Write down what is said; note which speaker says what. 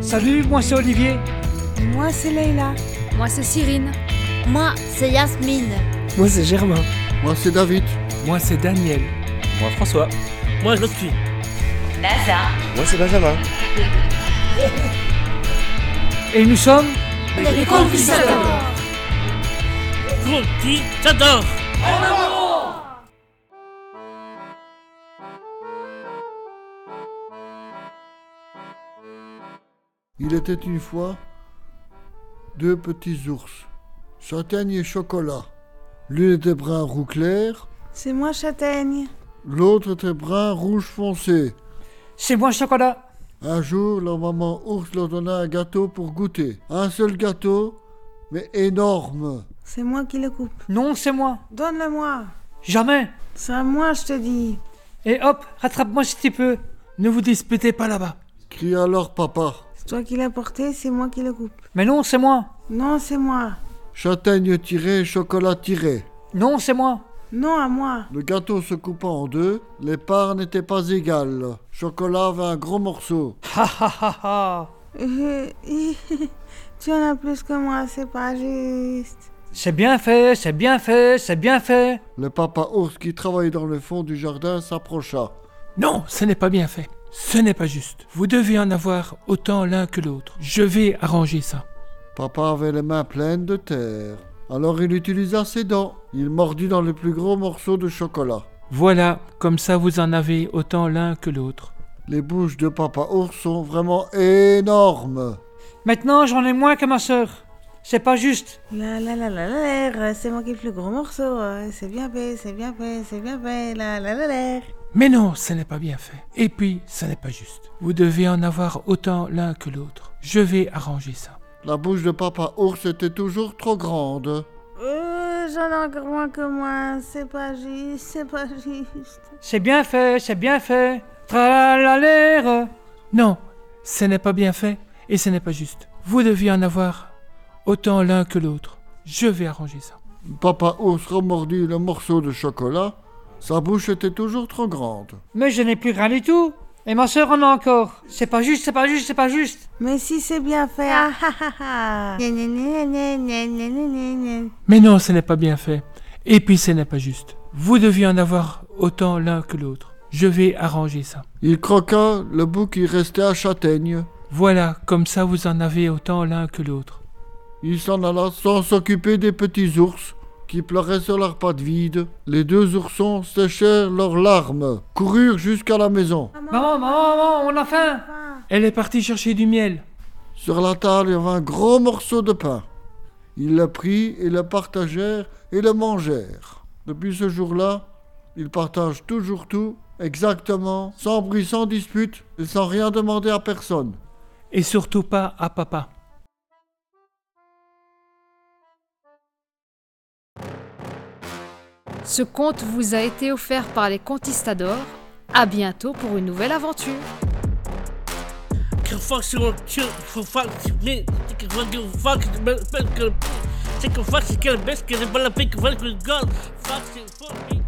Speaker 1: Salut, moi c'est Olivier.
Speaker 2: Moi, c'est Leïla.
Speaker 3: Moi, c'est Cyrine.
Speaker 4: Moi, c'est Yasmine.
Speaker 5: Moi, c'est Germain.
Speaker 6: Moi, c'est David.
Speaker 7: Moi, c'est Daniel.
Speaker 8: Moi, François.
Speaker 9: Moi, je suis.
Speaker 10: NASA.
Speaker 11: Moi, c'est Benjamin.
Speaker 1: Et nous sommes.
Speaker 12: Les, les confisateurs.
Speaker 9: Confisateurs.
Speaker 12: En avant
Speaker 6: Il était une fois deux petits ours, châtaigne et chocolat. L'une était brun roux clair,
Speaker 2: C'est moi, Châtaigne.
Speaker 6: l'autre était brun rouge foncé.
Speaker 1: C'est moi chocolat.
Speaker 6: Un jour, leur maman ours leur donna un gâteau pour goûter. Un seul gâteau, mais énorme.
Speaker 2: C'est moi qui le coupe.
Speaker 1: Non, c'est moi.
Speaker 2: Donne-le-moi.
Speaker 1: Jamais.
Speaker 2: C'est à moi, je te dis.
Speaker 1: Et hop, rattrape-moi si tu peux.
Speaker 7: Ne vous disputez pas là-bas.
Speaker 6: Crie alors papa.
Speaker 2: C'est toi qui l'as porté, c'est moi qui le coupe.
Speaker 1: Mais non, c'est moi.
Speaker 2: Non, c'est moi.
Speaker 6: Châtaigne tirée, chocolat tiré.
Speaker 1: Non, c'est moi.
Speaker 2: Non, à moi.
Speaker 6: Le gâteau se coupant en deux, les parts n'étaient pas égales. Chocolat avait un gros morceau.
Speaker 1: Ha ha ha ha.
Speaker 2: Euh, tu en as plus que moi, c'est pas juste.
Speaker 1: C'est bien fait, c'est bien fait, c'est bien fait.
Speaker 6: Le papa ours qui travaillait dans le fond du jardin s'approcha.
Speaker 7: Non, ce n'est pas bien fait. Ce n'est pas juste. Vous devez en avoir autant l'un que l'autre. Je vais arranger ça.
Speaker 6: Papa avait les mains pleines de terre. Alors il utilisa ses dents. Il mordit dans le plus gros morceau de chocolat.
Speaker 7: Voilà, comme ça vous en avez autant l'un que l'autre.
Speaker 6: Les bouches de papa ours sont vraiment énormes.
Speaker 1: Maintenant, j'en ai moins que ma sœur. C'est pas juste.
Speaker 2: La la la la la l'air, c'est moi qui ai le plus gros morceau. euh, C'est bien fait, c'est bien fait, c'est bien fait. La la la l'air.
Speaker 7: Mais non, ce n'est pas bien fait. Et puis, ce n'est pas juste. Vous devez en avoir autant l'un que l'autre. Je vais arranger ça.
Speaker 6: La bouche de papa ours était toujours trop grande.
Speaker 2: Euh, j'en ai encore moins que moi, c'est pas juste, c'est pas juste.
Speaker 1: C'est bien fait, c'est bien fait. Tralalère.
Speaker 7: Non, ce n'est pas bien fait et ce n'est pas juste. Vous devez en avoir autant l'un que l'autre. Je vais arranger ça.
Speaker 6: Papa ours remordit le morceau de chocolat. Sa bouche était toujours trop grande.
Speaker 1: Mais je n'ai plus rien du tout. Et ma sœur en a encore. C'est pas juste, c'est pas juste, c'est pas juste.
Speaker 2: Mais si c'est bien fait, ah ah ah ah. Gna, gna, gna, gna, gna, gna, gna, gna, gna.
Speaker 7: Mais non, ce n'est pas bien fait. Et puis, ce n'est pas juste. Vous devez en avoir autant l'un que l'autre. Je vais arranger ça.
Speaker 6: Il croqua le bout qui restait à châtaigne.
Speaker 7: Voilà, comme ça vous en avez autant l'un que l'autre.
Speaker 6: Il s'en alla sans s'occuper des petits ours qui pleuraient sur leurs pattes vides. Les deux oursons séchèrent leurs larmes, coururent jusqu'à la maison.
Speaker 1: Maman, maman, maman, on a faim.
Speaker 7: Elle est partie chercher du miel.
Speaker 6: Sur la table, il y avait un gros morceau de pain. Ils le prit et le partagèrent et le mangèrent. Depuis ce jour-là, ils partagent toujours tout, exactement, sans bruit, sans dispute et sans rien demander à personne.
Speaker 7: Et surtout pas à papa.
Speaker 3: Ce conte vous a été offert par les Contistadors. À bientôt pour une nouvelle aventure.
Speaker 9: Que fuck sur le cul, que fuck sur me, que fuck, que fuck, que fuck, que fuck, que fuck, que fuck, que fuck, que fuck, que fuck, que fuck, que fuck, que fuck, que fuck, que fuck,